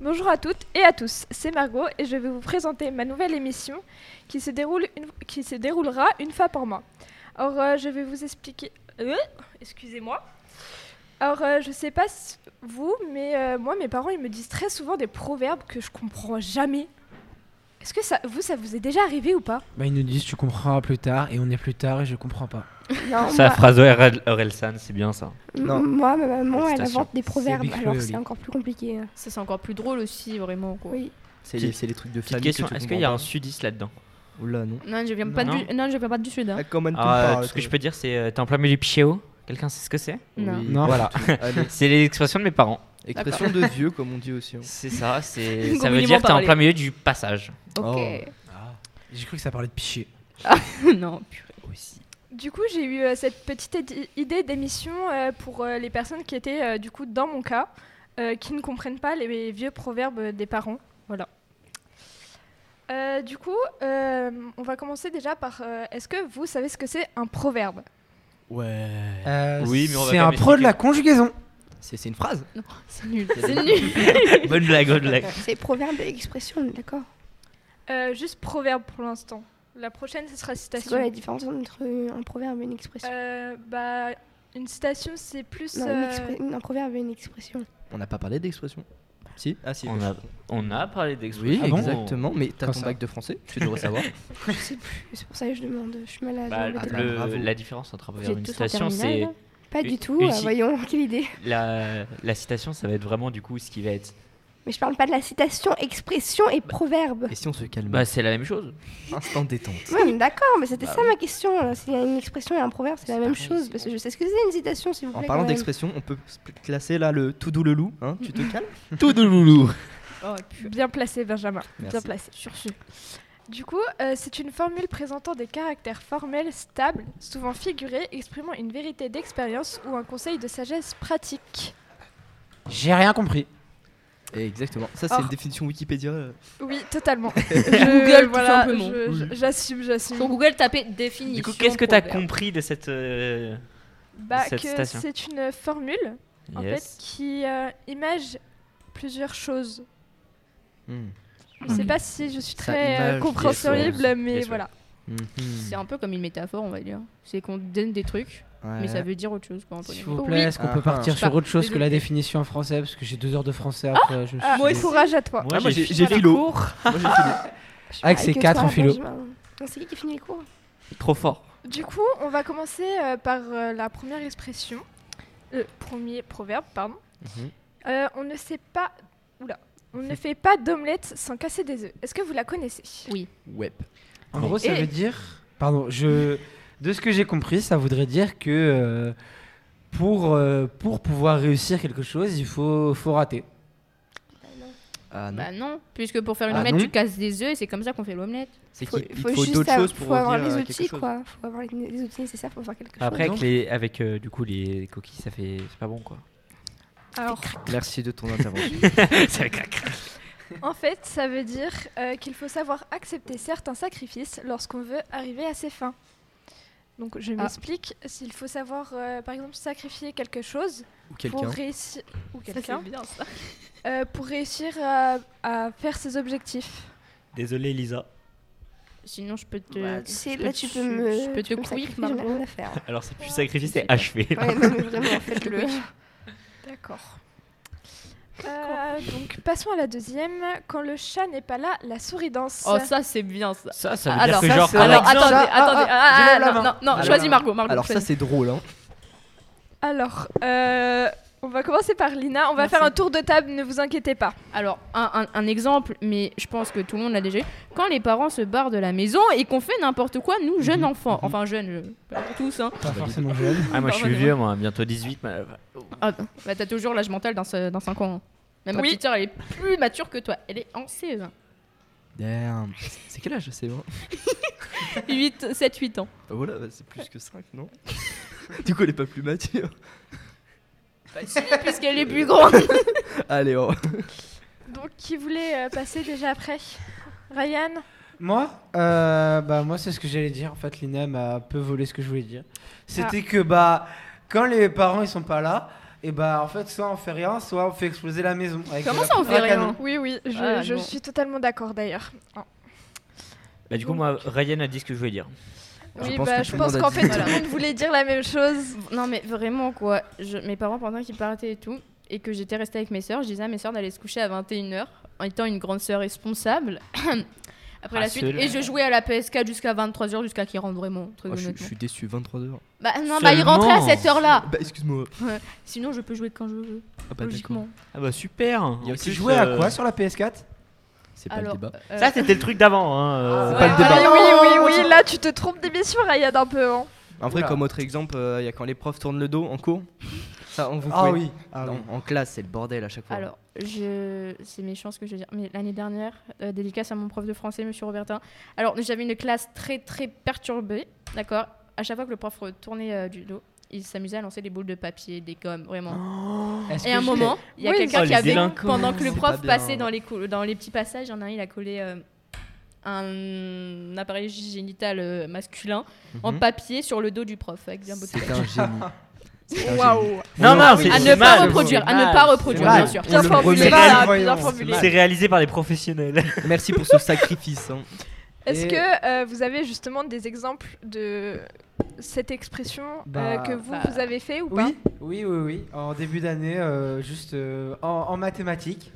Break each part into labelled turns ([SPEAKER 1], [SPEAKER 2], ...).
[SPEAKER 1] Bonjour à toutes et à tous, c'est Margot et je vais vous présenter ma nouvelle émission qui se, déroule une- qui se déroulera une fois par mois. Alors euh, je vais vous expliquer... Euh, Excusez-moi. Alors euh, je sais pas si vous, mais euh, moi mes parents ils me disent très souvent des proverbes que je comprends jamais. Est-ce que ça vous, ça vous est déjà arrivé ou pas
[SPEAKER 2] Bah, ils nous disent tu comprendras plus tard et on est plus tard et je comprends pas.
[SPEAKER 3] Non,
[SPEAKER 4] Sa
[SPEAKER 3] moi,
[SPEAKER 4] phrase de Orelsan, c'est bien ça.
[SPEAKER 2] Non.
[SPEAKER 3] m- moi, ma maman, elle
[SPEAKER 4] Félicitations.
[SPEAKER 3] invente des proverbes,
[SPEAKER 2] Big
[SPEAKER 3] alors
[SPEAKER 2] Flo et
[SPEAKER 3] c'est
[SPEAKER 2] Oli.
[SPEAKER 3] encore plus compliqué. hein.
[SPEAKER 5] Ça, c'est encore plus drôle aussi, vraiment. Quoi.
[SPEAKER 3] Oui.
[SPEAKER 6] C'est
[SPEAKER 4] Petite-
[SPEAKER 6] les, c'est les trucs de
[SPEAKER 4] Petite
[SPEAKER 6] famille.
[SPEAKER 4] question,
[SPEAKER 6] que tu
[SPEAKER 4] est-ce qu'il y a un
[SPEAKER 6] comprends
[SPEAKER 4] sudiste là-dedans
[SPEAKER 6] pas. Oula, non.
[SPEAKER 5] Non, je viens pas
[SPEAKER 4] Non.
[SPEAKER 5] du, non, je viens pas du sud. hein.
[SPEAKER 6] Ah, comment tu
[SPEAKER 4] Ah, Tout
[SPEAKER 6] parles,
[SPEAKER 4] ce que
[SPEAKER 6] toi.
[SPEAKER 4] je peux dire, c'est euh, t'es en plein milieu du pichéo Quelqu'un sait ce que c'est
[SPEAKER 5] Non.
[SPEAKER 6] Oui,
[SPEAKER 2] Non.
[SPEAKER 6] voilà. Allez,
[SPEAKER 4] C'est les expressions de mes parents.
[SPEAKER 6] expression de vieux, comme on dit aussi. hein.
[SPEAKER 4] C'est ça, c'est
[SPEAKER 5] Ils
[SPEAKER 4] ça
[SPEAKER 5] ont
[SPEAKER 4] veut
[SPEAKER 5] minimum
[SPEAKER 4] dire t'es en
[SPEAKER 5] parlé.
[SPEAKER 4] plein milieu du passage.
[SPEAKER 5] Ok.
[SPEAKER 2] J'ai cru que ça parlait de piché.
[SPEAKER 6] Oh.
[SPEAKER 5] non, purée.
[SPEAKER 1] Du coup, j'ai eu euh, cette petite idi- idée d'émission euh, pour euh, les personnes qui étaient, euh, du coup, dans mon cas, euh, qui ne comprennent pas les vieux proverbes euh, des parents. Voilà. Euh, du coup, euh, on va commencer déjà par euh, est-ce que vous savez ce que c'est un proverbe
[SPEAKER 6] Ouais.
[SPEAKER 4] Oui, mais on va
[SPEAKER 2] C'est
[SPEAKER 4] quand
[SPEAKER 2] un
[SPEAKER 4] même
[SPEAKER 2] pro de
[SPEAKER 4] expliquer.
[SPEAKER 2] la conjugaison.
[SPEAKER 6] C'est c'est une phrase.
[SPEAKER 5] Non, c'est nul.
[SPEAKER 6] C'est
[SPEAKER 5] C'est
[SPEAKER 6] nul.
[SPEAKER 5] nul.
[SPEAKER 4] bonne blague, bonne blague.
[SPEAKER 3] C'est proverbe et expression, d'accord.
[SPEAKER 1] Euh, Juste proverbe pour l'instant. La prochaine, ce sera
[SPEAKER 3] C'est
[SPEAKER 1] citation.
[SPEAKER 3] quoi la différence entre un proverbe et une expression
[SPEAKER 1] Euh, bah, une citation, c'est plus.
[SPEAKER 3] Non, une
[SPEAKER 1] euh,
[SPEAKER 3] expre- une- un proverbe et une expression.
[SPEAKER 6] On n'a pas parlé d'expression. Si Ah, si.
[SPEAKER 4] On
[SPEAKER 6] je-
[SPEAKER 4] a- On a parlé
[SPEAKER 6] Oui,
[SPEAKER 4] d'expressions.
[SPEAKER 2] Ah bon
[SPEAKER 6] exactement. Mais t'as
[SPEAKER 2] Quand
[SPEAKER 6] ton
[SPEAKER 2] ça
[SPEAKER 6] bac de français, tu devrais savoir.
[SPEAKER 3] je sais plus, c'est pour ça que je demande. Je suis malade.
[SPEAKER 4] Bah,
[SPEAKER 3] en fait.
[SPEAKER 4] le-
[SPEAKER 6] Bravo.
[SPEAKER 4] la différence entre un
[SPEAKER 5] Vous
[SPEAKER 4] proverbe et
[SPEAKER 5] êtes
[SPEAKER 4] une
[SPEAKER 5] tous en
[SPEAKER 4] citation,
[SPEAKER 5] terminale,
[SPEAKER 4] c'est
[SPEAKER 5] là
[SPEAKER 3] Pas
[SPEAKER 4] u-
[SPEAKER 3] du tout, euh,
[SPEAKER 4] usi-
[SPEAKER 3] voyons, quelle idée.
[SPEAKER 4] la, la citation, ça va être vraiment du coup ce qui va être.
[SPEAKER 3] Mais je parle pas de la citation, expression et proverbe.
[SPEAKER 6] Et si on se calme
[SPEAKER 4] Bah c'est la même chose.
[SPEAKER 6] Instant détente.
[SPEAKER 3] Ouais, mais d'accord, mais c'était
[SPEAKER 4] Bah
[SPEAKER 3] ça ma question. là. S'il y a une expression et un proverbe, c'est la
[SPEAKER 4] C'est
[SPEAKER 3] même
[SPEAKER 4] pareil,
[SPEAKER 3] chose.
[SPEAKER 4] c'est
[SPEAKER 3] Parce que je sais ce que c'est une citation, s'il vous plaît.
[SPEAKER 6] En parlant
[SPEAKER 3] quand même.
[SPEAKER 6] d'expression, on peut s- classer là le tout doux le loup. Hein tu te calmes
[SPEAKER 4] Tout de loulou.
[SPEAKER 5] Oh, purée.
[SPEAKER 1] Bien placé, Benjamin. Bien
[SPEAKER 6] Merci.
[SPEAKER 1] placé. Sur ce. Du coup, euh, c'est une formule présentant des caractères formels stables, souvent figurés, exprimant une vérité d'expérience ou un conseil de sagesse pratique.
[SPEAKER 2] J'ai rien compris.
[SPEAKER 6] Et Eh, Exactement. Ça, c'est
[SPEAKER 1] Or-
[SPEAKER 3] Oh.
[SPEAKER 6] une définition Wikipédia. euh.
[SPEAKER 1] Oui, totalement.
[SPEAKER 5] Google, tout
[SPEAKER 1] voilà,
[SPEAKER 5] simplement.
[SPEAKER 1] je- je- J'assume,
[SPEAKER 5] Sur
[SPEAKER 1] j'assume.
[SPEAKER 5] Google, tapez définition.
[SPEAKER 4] Du coup, qu'est-ce que t'as
[SPEAKER 5] proverbe.
[SPEAKER 4] compris de cette euh,
[SPEAKER 1] Bah,
[SPEAKER 4] cette
[SPEAKER 1] que
[SPEAKER 4] citation.
[SPEAKER 1] c'est une formule en fait
[SPEAKER 4] yes.
[SPEAKER 1] qui euh, image plusieurs choses.
[SPEAKER 6] Hmm.
[SPEAKER 1] Je sais
[SPEAKER 5] Ok.
[SPEAKER 1] pas si je suis
[SPEAKER 6] Ça
[SPEAKER 1] très euh,
[SPEAKER 6] image des
[SPEAKER 1] compréhensible,
[SPEAKER 4] choses.
[SPEAKER 1] mais
[SPEAKER 4] Yes,
[SPEAKER 1] voilà.
[SPEAKER 6] Mhm.
[SPEAKER 5] C'est un peu comme une métaphore, on va dire. C'est qu'on donne des trucs, mais
[SPEAKER 6] Ouais.
[SPEAKER 5] ça veut dire autre chose. Quoi, en
[SPEAKER 2] S'il
[SPEAKER 5] premier.
[SPEAKER 2] vous plaît, est-ce qu'on
[SPEAKER 6] Ah,
[SPEAKER 2] peut partir
[SPEAKER 5] ah.
[SPEAKER 2] sur autre chose que la
[SPEAKER 5] Désolée.
[SPEAKER 2] définition en français Parce que j'ai deux heures de français après. je me suis
[SPEAKER 1] Ah,
[SPEAKER 2] dit-
[SPEAKER 1] bon courage à toi.
[SPEAKER 6] Ah, moi, j'ai
[SPEAKER 4] fini
[SPEAKER 6] j'ai
[SPEAKER 4] les
[SPEAKER 6] philo.
[SPEAKER 4] cours.
[SPEAKER 6] Moi, j'ai philo.
[SPEAKER 3] Je suis
[SPEAKER 2] Avec
[SPEAKER 3] pareil
[SPEAKER 2] ses
[SPEAKER 3] Ah, que
[SPEAKER 2] quatre
[SPEAKER 3] toi,
[SPEAKER 2] en philo.
[SPEAKER 3] Benjamin. Non, c'est qui qui finit les cours
[SPEAKER 4] Trop fort.
[SPEAKER 1] Du coup, on va commencer euh, par euh, la première expression, le premier proverbe, pardon.
[SPEAKER 6] Mhm.
[SPEAKER 1] Euh, on ne sait pas, oula, on ne fait pas d'omelette sans casser des œufs. Est-ce que vous la connaissez
[SPEAKER 5] Oui.
[SPEAKER 6] Web.
[SPEAKER 2] En gros, ça
[SPEAKER 5] Et-
[SPEAKER 2] veut dire. Pardon, je. De ce que j'ai compris, ça voudrait dire que euh, pour, euh, pour pouvoir réussir quelque chose, il faut, faut rater.
[SPEAKER 6] Ah non.
[SPEAKER 5] Bah non, puisque pour faire une
[SPEAKER 2] Ah
[SPEAKER 5] omelette,
[SPEAKER 2] non.
[SPEAKER 5] tu casses des œufs et c'est comme ça qu'on fait l'omelette.
[SPEAKER 6] C'est
[SPEAKER 3] faut,
[SPEAKER 6] qu'il il
[SPEAKER 3] faut
[SPEAKER 6] te faut
[SPEAKER 3] juste
[SPEAKER 6] d'autres
[SPEAKER 3] avoir-
[SPEAKER 6] choses pour
[SPEAKER 3] faut avoir
[SPEAKER 6] revenir à
[SPEAKER 3] les
[SPEAKER 6] quelque
[SPEAKER 3] outils
[SPEAKER 6] chose.
[SPEAKER 3] quoi. Faut avoir les, les outils nécessaires pour faire quelque
[SPEAKER 4] Après, avec,
[SPEAKER 3] chose.
[SPEAKER 4] les, avec euh, du coup, les coquilles, ça fait. C'est pas bon quoi.
[SPEAKER 1] Alors,
[SPEAKER 6] Merci de ton intervention.
[SPEAKER 4] ça craque.
[SPEAKER 1] en fait, ça veut dire euh, qu'il faut savoir accepter certains sacrifices lorsqu'on veut arriver à ses fins. Donc, je
[SPEAKER 5] Ah.
[SPEAKER 1] m'explique. S'il faut savoir, euh, par exemple, sacrifier quelque chose
[SPEAKER 6] Ou
[SPEAKER 1] pour
[SPEAKER 6] quelqu'un.
[SPEAKER 1] réussir ou
[SPEAKER 5] Ça,
[SPEAKER 1] quelqu'un
[SPEAKER 5] c'est bien ça.
[SPEAKER 1] euh, pour réussir à, à faire ses objectifs.
[SPEAKER 4] Désolé, Lisa.
[SPEAKER 5] Sinon, je peux te.
[SPEAKER 3] Bah, tu sais,
[SPEAKER 5] je
[SPEAKER 3] là
[SPEAKER 5] te-
[SPEAKER 3] tu peux me.
[SPEAKER 5] Je peux te
[SPEAKER 3] me
[SPEAKER 5] courir,
[SPEAKER 3] sacrifier, j'en ai
[SPEAKER 5] Margot.
[SPEAKER 3] rien à faire.
[SPEAKER 4] Alors, c'est plus sacrifice, c'est achevé.
[SPEAKER 3] Ouais, non, mais vraiment, faites-le.
[SPEAKER 5] Faites-le.
[SPEAKER 1] D'accord. Euh, donc passons à la deuxième. Quand le chat n'est pas là, la souris danse.
[SPEAKER 5] Oh, ça, c'est bien ça.
[SPEAKER 4] Ça, ça veut
[SPEAKER 5] Alors,
[SPEAKER 4] dire
[SPEAKER 2] ça,
[SPEAKER 4] que genre.
[SPEAKER 2] c'est-
[SPEAKER 4] par
[SPEAKER 5] Alors,
[SPEAKER 2] exemple,
[SPEAKER 5] attendez,
[SPEAKER 2] ça- ah,
[SPEAKER 5] attendez.
[SPEAKER 2] ah,
[SPEAKER 5] ah,
[SPEAKER 2] je lève la
[SPEAKER 5] non,
[SPEAKER 2] main.
[SPEAKER 5] non, non,
[SPEAKER 6] Alors-
[SPEAKER 5] choisis Margot. Margot
[SPEAKER 6] Alors ça, c'est drôle. Hein.
[SPEAKER 1] Alors, euh, on va commencer par Lina. On va
[SPEAKER 5] Merci.
[SPEAKER 1] faire un tour de table, ne vous inquiétez pas.
[SPEAKER 5] Alors, un, un- un exemple, mais je pense que tout le monde l'a déjà eu. Quand les parents se barrent de la maison et qu'on fait n'importe quoi, nous, jeunes enfants. Enfin, jeunes, euh, pas tous, hein.
[SPEAKER 2] Pas forcément jeune.
[SPEAKER 4] Ah, moi, je suis
[SPEAKER 5] Pardonnez-moi.
[SPEAKER 4] vieux, moi, bientôt 18. mais-
[SPEAKER 5] Ah, bah, t'as toujours l'âge mental dans, ce- dans 5 ans. hein. Même ma
[SPEAKER 1] Oui.
[SPEAKER 5] petite sœur, elle est plus mature que toi. Elle est en E CE1.
[SPEAKER 6] Damn. C'est quel âge c'est
[SPEAKER 5] 8, 7, 8 ans.
[SPEAKER 6] Voilà, bah, c'est plus que 5, non Du coup, elle est pas plus mature.
[SPEAKER 5] Bah, Puisqu'elle est plus grande.
[SPEAKER 6] Allez, oh.
[SPEAKER 1] Donc, qui voulait euh, passer déjà après Ryan
[SPEAKER 2] Moi, euh, bah moi c'est ce que j'allais dire. En fait,
[SPEAKER 5] Ah.
[SPEAKER 2] Lina m'a un peu volé ce que je voulais dire. C'était que bah quand les parents ils sont pas là, et bah en fait, soit on fait rien, soit on fait exploser la maison. avec
[SPEAKER 5] Comment
[SPEAKER 2] la
[SPEAKER 5] ça, on
[SPEAKER 2] poudre à
[SPEAKER 5] fait
[SPEAKER 2] canon.
[SPEAKER 5] rien
[SPEAKER 1] Oui, oui, je,
[SPEAKER 5] Ah,
[SPEAKER 1] je
[SPEAKER 5] non.
[SPEAKER 1] suis totalement d'accord d'ailleurs. Ah.
[SPEAKER 4] Bah, du coup, moi, Ryan a dit ce que je voulais dire.
[SPEAKER 6] Je
[SPEAKER 1] Oui,
[SPEAKER 6] pense
[SPEAKER 1] bah,
[SPEAKER 6] que
[SPEAKER 1] je
[SPEAKER 6] tout le
[SPEAKER 1] pense
[SPEAKER 6] monde a
[SPEAKER 1] qu'en
[SPEAKER 6] dit.
[SPEAKER 1] fait, tout le monde voulait dire la même chose.
[SPEAKER 5] Non, mais vraiment, quoi. Je- Mes parents, pendant qu'ils partaient et tout, et que j'étais restée avec mes sœurs, je disais à mes sœurs d'aller se coucher à 21h, en étant une grande sœur responsable.
[SPEAKER 1] Ah,
[SPEAKER 5] Après la suite,
[SPEAKER 4] Rassure.
[SPEAKER 5] et je jouais à la PS4 jusqu'à 23h, jusqu'à qu'ils rentrent vraiment, très
[SPEAKER 6] Oh, je,
[SPEAKER 5] honnêtement.
[SPEAKER 6] je suis déçu, 23h.
[SPEAKER 5] Bah non, bah ils
[SPEAKER 2] Seulement.
[SPEAKER 5] rentraient à cette heure-là.
[SPEAKER 6] Bah, excuse-moi.
[SPEAKER 5] Sinon, je peux jouer quand je veux,
[SPEAKER 6] Ah, bah, d'accord.
[SPEAKER 5] logiquement.
[SPEAKER 4] Ah bah super
[SPEAKER 6] Il y a
[SPEAKER 2] Tu jouais à quoi sur la PS4
[SPEAKER 6] C'est pas
[SPEAKER 5] Alors,
[SPEAKER 6] le débat.
[SPEAKER 5] euh,
[SPEAKER 4] euh, Ça, c'était le truc d'avant. Hein. euh.
[SPEAKER 6] C'est pas le débat.
[SPEAKER 1] Ah, oui, oui, oui, là, tu te trompes d'émission, Ryan, un peu. hein.
[SPEAKER 6] En vrai,
[SPEAKER 2] Oula.
[SPEAKER 6] comme autre exemple, euh, il y a quand les profs tournent le dos en cours. Ça, on vous
[SPEAKER 2] Ah
[SPEAKER 6] pouvez-
[SPEAKER 2] oui. Ah
[SPEAKER 6] Non,
[SPEAKER 2] oui.
[SPEAKER 6] En classe, c'est le bordel à chaque fois.
[SPEAKER 5] Alors, je... c'est méchant ce que je veux dire, mais l'année dernière, euh, dédicace à mon prof de français, monsieur Robertin. Alors, j'avais une classe très, très perturbée, d'accord À chaque fois que le prof tournait euh, du dos, il s'amusait à lancer des boules de papier, des gommes, vraiment.
[SPEAKER 2] Est-ce
[SPEAKER 5] Et
[SPEAKER 2] que
[SPEAKER 5] à un
[SPEAKER 2] je-
[SPEAKER 5] moment, il y a
[SPEAKER 1] Oui,
[SPEAKER 5] quelqu'un
[SPEAKER 4] Oh,
[SPEAKER 5] qui
[SPEAKER 4] les
[SPEAKER 5] avait,
[SPEAKER 4] délinquants.
[SPEAKER 5] pendant que le
[SPEAKER 6] C'est
[SPEAKER 5] prof
[SPEAKER 6] pas bien.
[SPEAKER 5] passait dans les, cou- dans les petits passages, il y en a un, il a collé euh, un appareil génital euh, masculin en
[SPEAKER 4] Mhm.
[SPEAKER 5] papier sur le dos du prof, avec bien beau de
[SPEAKER 6] Hmm. C'est un génie. C'est un génie.
[SPEAKER 1] Waouh.
[SPEAKER 4] Non, non,
[SPEAKER 5] À
[SPEAKER 4] c'est
[SPEAKER 5] ne pas
[SPEAKER 4] mal.
[SPEAKER 5] reproduire, à
[SPEAKER 4] C'est
[SPEAKER 5] ne
[SPEAKER 4] mal.
[SPEAKER 5] pas reproduire,
[SPEAKER 2] mal.
[SPEAKER 5] bien sûr.
[SPEAKER 1] Bien
[SPEAKER 6] le
[SPEAKER 1] formulé,
[SPEAKER 4] remet.
[SPEAKER 1] voilà,
[SPEAKER 2] Voyons,
[SPEAKER 1] bien
[SPEAKER 2] c'est
[SPEAKER 1] formulé.
[SPEAKER 4] C'est réalisé par des professionnels.
[SPEAKER 6] Merci pour ce sacrifice. hein.
[SPEAKER 1] Est-ce
[SPEAKER 2] Et-
[SPEAKER 1] que euh, vous avez justement des exemples de cette expression euh,
[SPEAKER 2] Bah,
[SPEAKER 1] que vous,
[SPEAKER 5] bah,
[SPEAKER 1] vous avez fait ou pas
[SPEAKER 2] Oui, oui, oui, oui. En début d'année, euh, juste euh, en, en mathématiques.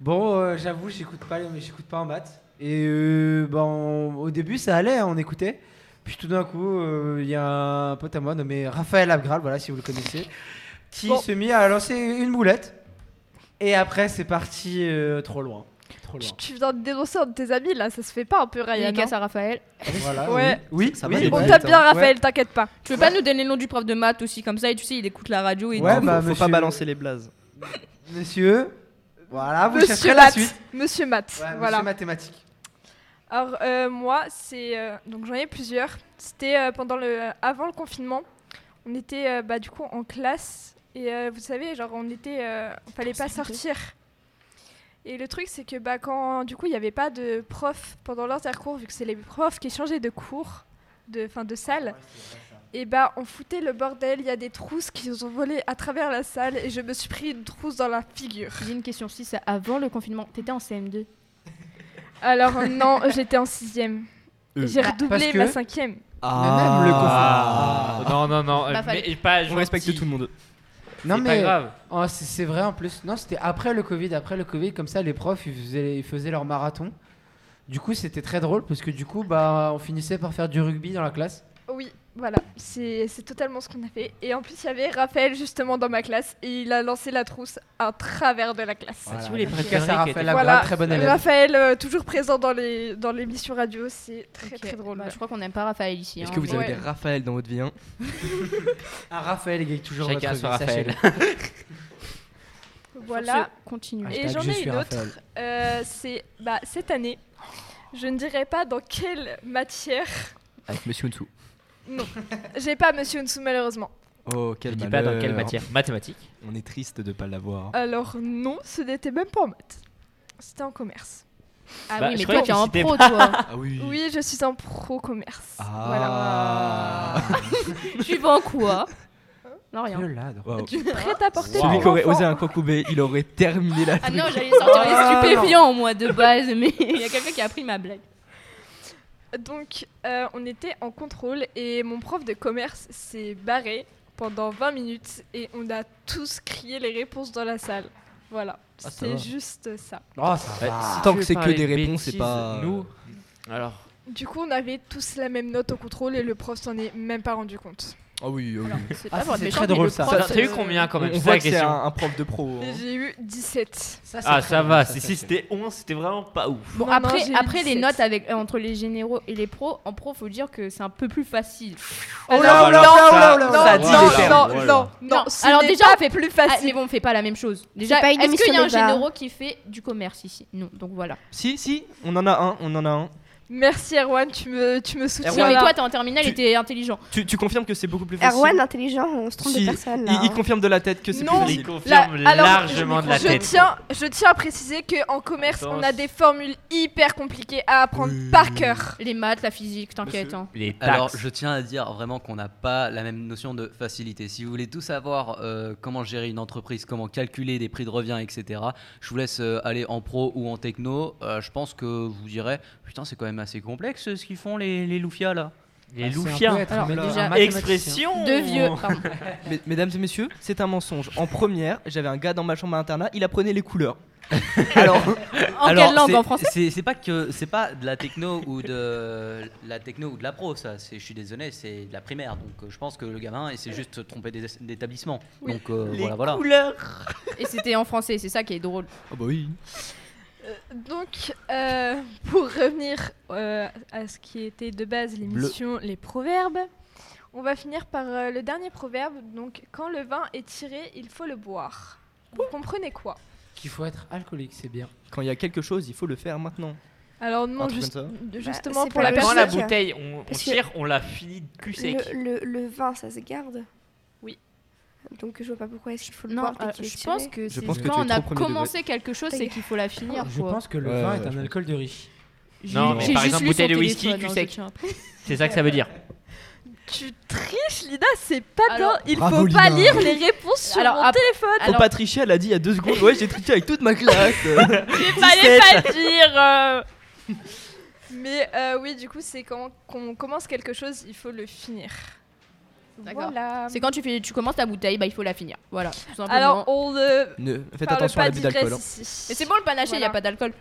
[SPEAKER 2] Bon, euh, j'avoue, j'écoute pas, les- j'écoute pas en maths. Et euh, ben, on- au début, ça allait, hein, on écoutait. Puis tout d'un coup, euh, il y a un pote à moi nommé Raphaël Abgral, voilà, si vous le connaissez, qui
[SPEAKER 1] Bon.
[SPEAKER 2] se mit à lancer une boulette. Et après, c'est parti euh, trop loin. Trop loin.
[SPEAKER 1] Tu- Tu viens de dénoncer un de tes amis là, ça se fait pas un peu Ryan.
[SPEAKER 5] Dédicace
[SPEAKER 1] hein
[SPEAKER 5] à Raphaël.
[SPEAKER 2] Voilà,
[SPEAKER 1] Ouais.
[SPEAKER 2] Oui, oui,
[SPEAKER 6] Ça va,
[SPEAKER 2] oui.
[SPEAKER 6] les
[SPEAKER 1] On
[SPEAKER 6] Ouais,
[SPEAKER 1] tape bien
[SPEAKER 2] ouais.
[SPEAKER 1] Raphaël, t'inquiète pas.
[SPEAKER 5] Tu peux pas nous donner le nom du prof de maths aussi comme ça et tu sais il écoute la radio et
[SPEAKER 2] Ouais,
[SPEAKER 5] tout.
[SPEAKER 6] faut,
[SPEAKER 2] bah,
[SPEAKER 6] faut
[SPEAKER 2] monsieur-
[SPEAKER 6] pas balancer les blazes.
[SPEAKER 2] Monsieur, voilà, vous
[SPEAKER 1] Monsieur
[SPEAKER 2] chercherez la
[SPEAKER 1] Matt.
[SPEAKER 2] suite.
[SPEAKER 1] Monsieur Matt.
[SPEAKER 2] Ouais, monsieur
[SPEAKER 1] voilà.
[SPEAKER 2] mathématiques.
[SPEAKER 1] Alors euh, moi, c'est euh, donc j'en ai plusieurs. C'était euh, pendant le avant le confinement. On était euh, bah, du coup en classe et euh, vous savez genre on était euh, on fallait pas sortir. Et le truc c'est que bah quand du coup il n'y avait pas de prof pendant l'intercours vu que c'est les profs qui changeaient de cours de fin de salle. Et bah on foutait le bordel, il y a des trousses qui ont volé à travers la salle et je me suis pris une trousse dans la figure.
[SPEAKER 5] J'ai une question si c'est avant le confinement, t'étais en CM2.
[SPEAKER 1] Alors non, j'étais en sixième.
[SPEAKER 6] Euh,
[SPEAKER 1] J'ai
[SPEAKER 5] Bah,
[SPEAKER 1] redoublé
[SPEAKER 2] parce que-
[SPEAKER 1] ma cinquième.
[SPEAKER 2] même le
[SPEAKER 4] Ah.
[SPEAKER 2] confort.
[SPEAKER 4] Non, non, non.
[SPEAKER 5] Bah,
[SPEAKER 4] euh,
[SPEAKER 5] fallait-
[SPEAKER 4] mais pas
[SPEAKER 6] On respecte tout le monde.
[SPEAKER 2] Non
[SPEAKER 4] C'est
[SPEAKER 2] mais
[SPEAKER 4] pas grave.
[SPEAKER 2] Oh, c'est c'est vrai en plus. Non, c'était après le Covid. Après le Covid, comme ça, les profs, ils faisaient, ils faisaient leur marathon. Du coup, c'était très drôle parce que du coup, bah, on finissait par faire du rugby dans la classe.
[SPEAKER 1] Oui, voilà, c'est c'est totalement ce qu'on a fait. Et en plus, il y avait Raphaël justement dans ma classe et il a lancé la trousse à travers de la classe.
[SPEAKER 2] Voilà.
[SPEAKER 4] si vous voulez
[SPEAKER 2] Dédicace
[SPEAKER 4] préférer
[SPEAKER 2] à
[SPEAKER 4] qu'elle
[SPEAKER 2] Raphaël
[SPEAKER 4] était-
[SPEAKER 2] Labra,
[SPEAKER 1] Voilà.
[SPEAKER 2] très bon élève.
[SPEAKER 1] Raphaël, euh, toujours présent dans les dans l'émission radio, c'est très très drôle.
[SPEAKER 5] Bah, je crois qu'on aime pas Raphaël ici. hein.
[SPEAKER 6] Est-ce que vous
[SPEAKER 1] Ouais.
[SPEAKER 6] avez des Raphaël dans votre vie hein
[SPEAKER 2] Ah, Raphaël, il gagne toujours
[SPEAKER 4] Chacun
[SPEAKER 2] notre
[SPEAKER 4] son
[SPEAKER 2] vie,
[SPEAKER 4] Raphaël.
[SPEAKER 2] sachez-le.
[SPEAKER 1] voilà.
[SPEAKER 5] continue.
[SPEAKER 2] Ah,
[SPEAKER 1] Et
[SPEAKER 2] Hashtag
[SPEAKER 1] j'en
[SPEAKER 2] je
[SPEAKER 1] ai
[SPEAKER 2] suis
[SPEAKER 1] une autre.
[SPEAKER 2] Raphaël.
[SPEAKER 1] Euh, c'est bah, cette année. Je ne dirais pas dans quelle matière.
[SPEAKER 6] Avec Monsieur Unsu.
[SPEAKER 1] J'ai pas Monsieur Nsou malheureusement.
[SPEAKER 6] Oh,
[SPEAKER 4] Je
[SPEAKER 6] quel
[SPEAKER 4] dis pas dans
[SPEAKER 6] malheur.
[SPEAKER 4] quelle matière mathématiques.
[SPEAKER 6] On est triste de pas l'avoir.
[SPEAKER 1] Alors non, ce n'était même pas en maths. C'était en commerce.
[SPEAKER 5] Ah
[SPEAKER 4] Bah,
[SPEAKER 5] oui,
[SPEAKER 4] je
[SPEAKER 5] mais
[SPEAKER 4] croyais
[SPEAKER 5] toi
[SPEAKER 4] que
[SPEAKER 5] t'es en
[SPEAKER 4] c'était-
[SPEAKER 5] pro toi.
[SPEAKER 6] Ah oui.
[SPEAKER 1] Oui, je suis en pro commerce. Voilà.
[SPEAKER 6] Ah.
[SPEAKER 5] tu vends quoi Non rien.
[SPEAKER 2] Le ladre.
[SPEAKER 6] Wow.
[SPEAKER 1] Du prêt à porter.
[SPEAKER 4] Wow.
[SPEAKER 6] Celui qui aurait osé un cocoubé, il aurait terminé la
[SPEAKER 5] Ah
[SPEAKER 6] truc.
[SPEAKER 5] non, j'allais sortir
[SPEAKER 2] Ah,
[SPEAKER 5] les stupéfiants moi de base, mais il y a quelqu'un qui a pris ma blague.
[SPEAKER 1] Donc, euh, on était en contrôle et mon prof de commerce s'est barré pendant 20 minutes et on a tous crié les réponses dans la salle. Voilà,
[SPEAKER 6] Ah, ça
[SPEAKER 1] c'est
[SPEAKER 6] va.
[SPEAKER 1] juste ça.
[SPEAKER 2] Oh, ça
[SPEAKER 4] Ouais,
[SPEAKER 2] va.
[SPEAKER 4] si
[SPEAKER 6] Euh, Tant
[SPEAKER 4] tu
[SPEAKER 6] que
[SPEAKER 4] veux
[SPEAKER 6] c'est que
[SPEAKER 4] parler
[SPEAKER 6] des
[SPEAKER 4] de
[SPEAKER 6] réponses, c'est
[SPEAKER 4] bêtises,
[SPEAKER 6] pas-
[SPEAKER 4] Nous. Alors.
[SPEAKER 1] Du coup, on avait tous la même note au contrôle et le prof s'en est même pas rendu compte.
[SPEAKER 6] Ah oui, ah oui.
[SPEAKER 5] C'est
[SPEAKER 2] Ah,
[SPEAKER 5] pas
[SPEAKER 2] ça,
[SPEAKER 5] pour être
[SPEAKER 2] c'est
[SPEAKER 5] méchant,
[SPEAKER 2] très
[SPEAKER 5] mais
[SPEAKER 2] drôle,
[SPEAKER 5] le
[SPEAKER 2] ça.
[SPEAKER 5] prof,
[SPEAKER 4] T'as t'as eu
[SPEAKER 5] euh,
[SPEAKER 4] combien quand même
[SPEAKER 6] on
[SPEAKER 4] C'est
[SPEAKER 6] voit
[SPEAKER 4] la
[SPEAKER 6] que c'est
[SPEAKER 4] question.
[SPEAKER 6] un, Ah, un prof de pro. hein.
[SPEAKER 1] J'ai eu 17.
[SPEAKER 2] Ça, c'est
[SPEAKER 4] Ah,
[SPEAKER 2] très
[SPEAKER 4] ça
[SPEAKER 2] bon,
[SPEAKER 4] va. Si
[SPEAKER 2] c'est
[SPEAKER 4] si,
[SPEAKER 2] très
[SPEAKER 4] c'était 11, c'était vraiment pas ouf.
[SPEAKER 5] Bon,
[SPEAKER 1] Non, non,
[SPEAKER 5] après,
[SPEAKER 1] j'ai eu
[SPEAKER 5] après les
[SPEAKER 1] 17.
[SPEAKER 5] notes avec, entre les généraux et les pros, en pro, faut dire que c'est bon. plus facile.
[SPEAKER 2] bon.
[SPEAKER 1] Oh
[SPEAKER 2] Oh
[SPEAKER 1] là,
[SPEAKER 2] là,
[SPEAKER 1] oh
[SPEAKER 2] oh
[SPEAKER 1] là,
[SPEAKER 2] là,
[SPEAKER 1] oh
[SPEAKER 2] oh
[SPEAKER 1] là,
[SPEAKER 2] là,
[SPEAKER 1] Non,
[SPEAKER 6] ça a dit
[SPEAKER 1] non,
[SPEAKER 6] des termes. oh
[SPEAKER 1] non,
[SPEAKER 4] Voilà.
[SPEAKER 1] non, non,
[SPEAKER 5] Non,
[SPEAKER 1] ce
[SPEAKER 5] alors
[SPEAKER 1] n'est
[SPEAKER 5] déjà-
[SPEAKER 1] pas fait plus
[SPEAKER 5] Ah, mais
[SPEAKER 1] facile.
[SPEAKER 5] bon, on fait pas la même chose. Déjà,
[SPEAKER 3] C'est pas une
[SPEAKER 5] est-ce qu'il y a un
[SPEAKER 3] émission débat.
[SPEAKER 5] généraux qui fait du commerce ici Non, donc voilà.
[SPEAKER 6] Si, si, on en a un, on en a un.
[SPEAKER 1] Merci Erwan, tu me, tu me soutiens.
[SPEAKER 5] Non, mais
[SPEAKER 1] là.
[SPEAKER 5] toi, t'es en terminale
[SPEAKER 6] Tu-
[SPEAKER 5] et t'es intelligent.
[SPEAKER 6] Tu, tu confirmes que c'est beaucoup plus facile
[SPEAKER 3] Erwan, intelligent, on se trompe
[SPEAKER 6] Si,
[SPEAKER 3] de personne.
[SPEAKER 6] il,
[SPEAKER 3] Là,
[SPEAKER 6] il
[SPEAKER 3] hein.
[SPEAKER 6] confirme de la tête que c'est
[SPEAKER 1] Non.
[SPEAKER 6] plus
[SPEAKER 4] Il
[SPEAKER 6] facile.
[SPEAKER 1] La-
[SPEAKER 4] confirme
[SPEAKER 1] alors,
[SPEAKER 4] largement de la
[SPEAKER 1] je
[SPEAKER 4] tête.
[SPEAKER 1] Tiens, je tiens à préciser qu'en commerce, on a
[SPEAKER 4] Attends.
[SPEAKER 1] des formules hyper compliquées à apprendre par cœur.
[SPEAKER 5] Les maths, la physique, t'inquiète.
[SPEAKER 6] Monsieur.
[SPEAKER 5] hein.
[SPEAKER 4] Les taxes.
[SPEAKER 7] Alors, je tiens à dire vraiment qu'on n'a pas la même notion de facilité. Si vous voulez tout savoir euh, comment gérer une entreprise, comment calculer des prix de revient, etc., je vous laisse euh, aller en pro ou en techno. Euh, je pense que vous direz, putain, c'est quand même assez complexe euh, ce qu'ils font les, les loufias là.
[SPEAKER 4] Les
[SPEAKER 2] Ah, C'est un peu
[SPEAKER 4] loufiens.
[SPEAKER 2] être un
[SPEAKER 5] Alors,
[SPEAKER 2] mé- un
[SPEAKER 5] déjà,
[SPEAKER 2] mathématicien.
[SPEAKER 4] Expression.
[SPEAKER 5] Deux vieux, pardon.
[SPEAKER 6] Mes- Mesdames et messieurs, c'est un mensonge. En première, j'avais un gars dans ma chambre à internat, il apprenait les couleurs. Alors,
[SPEAKER 5] En
[SPEAKER 7] Alors,
[SPEAKER 5] quelle langue
[SPEAKER 7] c'est-
[SPEAKER 5] En français
[SPEAKER 7] c'est, c'est pas que c'est pas de la techno ou de la techno ou de la pro, ça. C'est, je suis désolé, c'est de la primaire. Donc, euh, je pense que le gamin, il s'est juste trompé d'é- d'établissement.
[SPEAKER 1] Oui.
[SPEAKER 7] Donc euh,
[SPEAKER 4] Les
[SPEAKER 7] voilà, voilà.
[SPEAKER 4] couleurs.
[SPEAKER 5] Et c'était en français, c'est ça qui est drôle.
[SPEAKER 6] oh bah oui.
[SPEAKER 1] Euh, Donc, euh, pour revenir euh, à ce qui était de base l'émission, les proverbes, on va finir par euh, le dernier proverbe. Donc, quand le vin est tiré, il faut le boire. Vous comprenez quoi
[SPEAKER 2] Qu'il faut être alcoolique, c'est bien.
[SPEAKER 6] Quand il y a quelque chose, il faut le faire maintenant.
[SPEAKER 1] Alors
[SPEAKER 6] Un
[SPEAKER 1] non,
[SPEAKER 6] truc
[SPEAKER 1] juste- euh,
[SPEAKER 6] comme
[SPEAKER 1] justement
[SPEAKER 3] Bah, c'est
[SPEAKER 1] pour
[SPEAKER 3] pas
[SPEAKER 1] la
[SPEAKER 3] le
[SPEAKER 4] Quand
[SPEAKER 1] personne.
[SPEAKER 4] la
[SPEAKER 3] Parce que-
[SPEAKER 4] bouteille, on, on
[SPEAKER 3] parce que-
[SPEAKER 4] tire, on la finit de cul sec.
[SPEAKER 3] le, le, le vin, ça se garde
[SPEAKER 1] Oui.
[SPEAKER 3] Donc je vois pas pourquoi est-ce qu'il faut le
[SPEAKER 5] Non,
[SPEAKER 3] boire dès
[SPEAKER 5] euh,
[SPEAKER 3] qu'il est
[SPEAKER 5] je pense
[SPEAKER 3] tiré.
[SPEAKER 5] que
[SPEAKER 6] Je
[SPEAKER 5] c'est
[SPEAKER 6] pense que
[SPEAKER 5] quand
[SPEAKER 6] tu es
[SPEAKER 5] on a
[SPEAKER 6] trop premier degré.
[SPEAKER 5] commencé quelque chose, c'est qu'il faut la finir.
[SPEAKER 2] Je
[SPEAKER 5] quoi.
[SPEAKER 2] pense que le
[SPEAKER 6] Ouais,
[SPEAKER 2] vin
[SPEAKER 6] ouais,
[SPEAKER 2] est
[SPEAKER 6] je
[SPEAKER 2] un
[SPEAKER 6] pense.
[SPEAKER 2] alcool de riche.
[SPEAKER 5] J'ai-
[SPEAKER 4] Non, mais
[SPEAKER 5] j'ai
[SPEAKER 4] par
[SPEAKER 5] juste
[SPEAKER 4] exemple,
[SPEAKER 5] lu son
[SPEAKER 4] bouteille de whisky,
[SPEAKER 5] téléphone,
[SPEAKER 4] cul
[SPEAKER 5] hein, je
[SPEAKER 4] sec.
[SPEAKER 5] tiens à-
[SPEAKER 4] C'est ça que ça veut dire.
[SPEAKER 1] Tu triches, Lina, c'est pas
[SPEAKER 5] Alors-
[SPEAKER 1] bien. Il
[SPEAKER 6] Bravo,
[SPEAKER 1] faut pas
[SPEAKER 6] Lina.
[SPEAKER 1] lire les réponses sur
[SPEAKER 5] Alors,
[SPEAKER 1] mon
[SPEAKER 5] ap-
[SPEAKER 1] téléphone.
[SPEAKER 6] Faut
[SPEAKER 5] Alors-
[SPEAKER 6] pas tricher, elle a dit il y a deux secondes. Ouais, j'ai triché avec toute ma classe.
[SPEAKER 1] fallait pas dire. euh. Mais euh, oui, du coup, c'est quand on commence quelque chose, il faut le finir.
[SPEAKER 5] D'accord.
[SPEAKER 1] Voilà.
[SPEAKER 5] C'est quand tu, fais- tu commences ta bouteille, bah, il faut la finir. Voilà, tout simplement.
[SPEAKER 1] Alors, on ne
[SPEAKER 6] Ne- faites
[SPEAKER 1] parle
[SPEAKER 6] attention à
[SPEAKER 1] pas
[SPEAKER 6] l'abus d'alcool.
[SPEAKER 1] d'ivresse
[SPEAKER 6] hein.
[SPEAKER 1] ici.
[SPEAKER 5] Mais c'est bon, le panaché, il
[SPEAKER 1] Voilà.
[SPEAKER 5] n'y a pas d'alcool.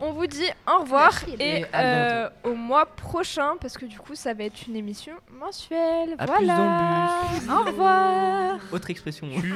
[SPEAKER 1] On vous dit au revoir
[SPEAKER 5] Merci,
[SPEAKER 1] et,
[SPEAKER 2] et à
[SPEAKER 1] euh, au mois prochain, parce que du coup, ça va être une émission mensuelle.
[SPEAKER 6] À plus
[SPEAKER 1] voilà.
[SPEAKER 6] dans
[SPEAKER 1] au revoir.
[SPEAKER 6] Autre expression.
[SPEAKER 4] Juste.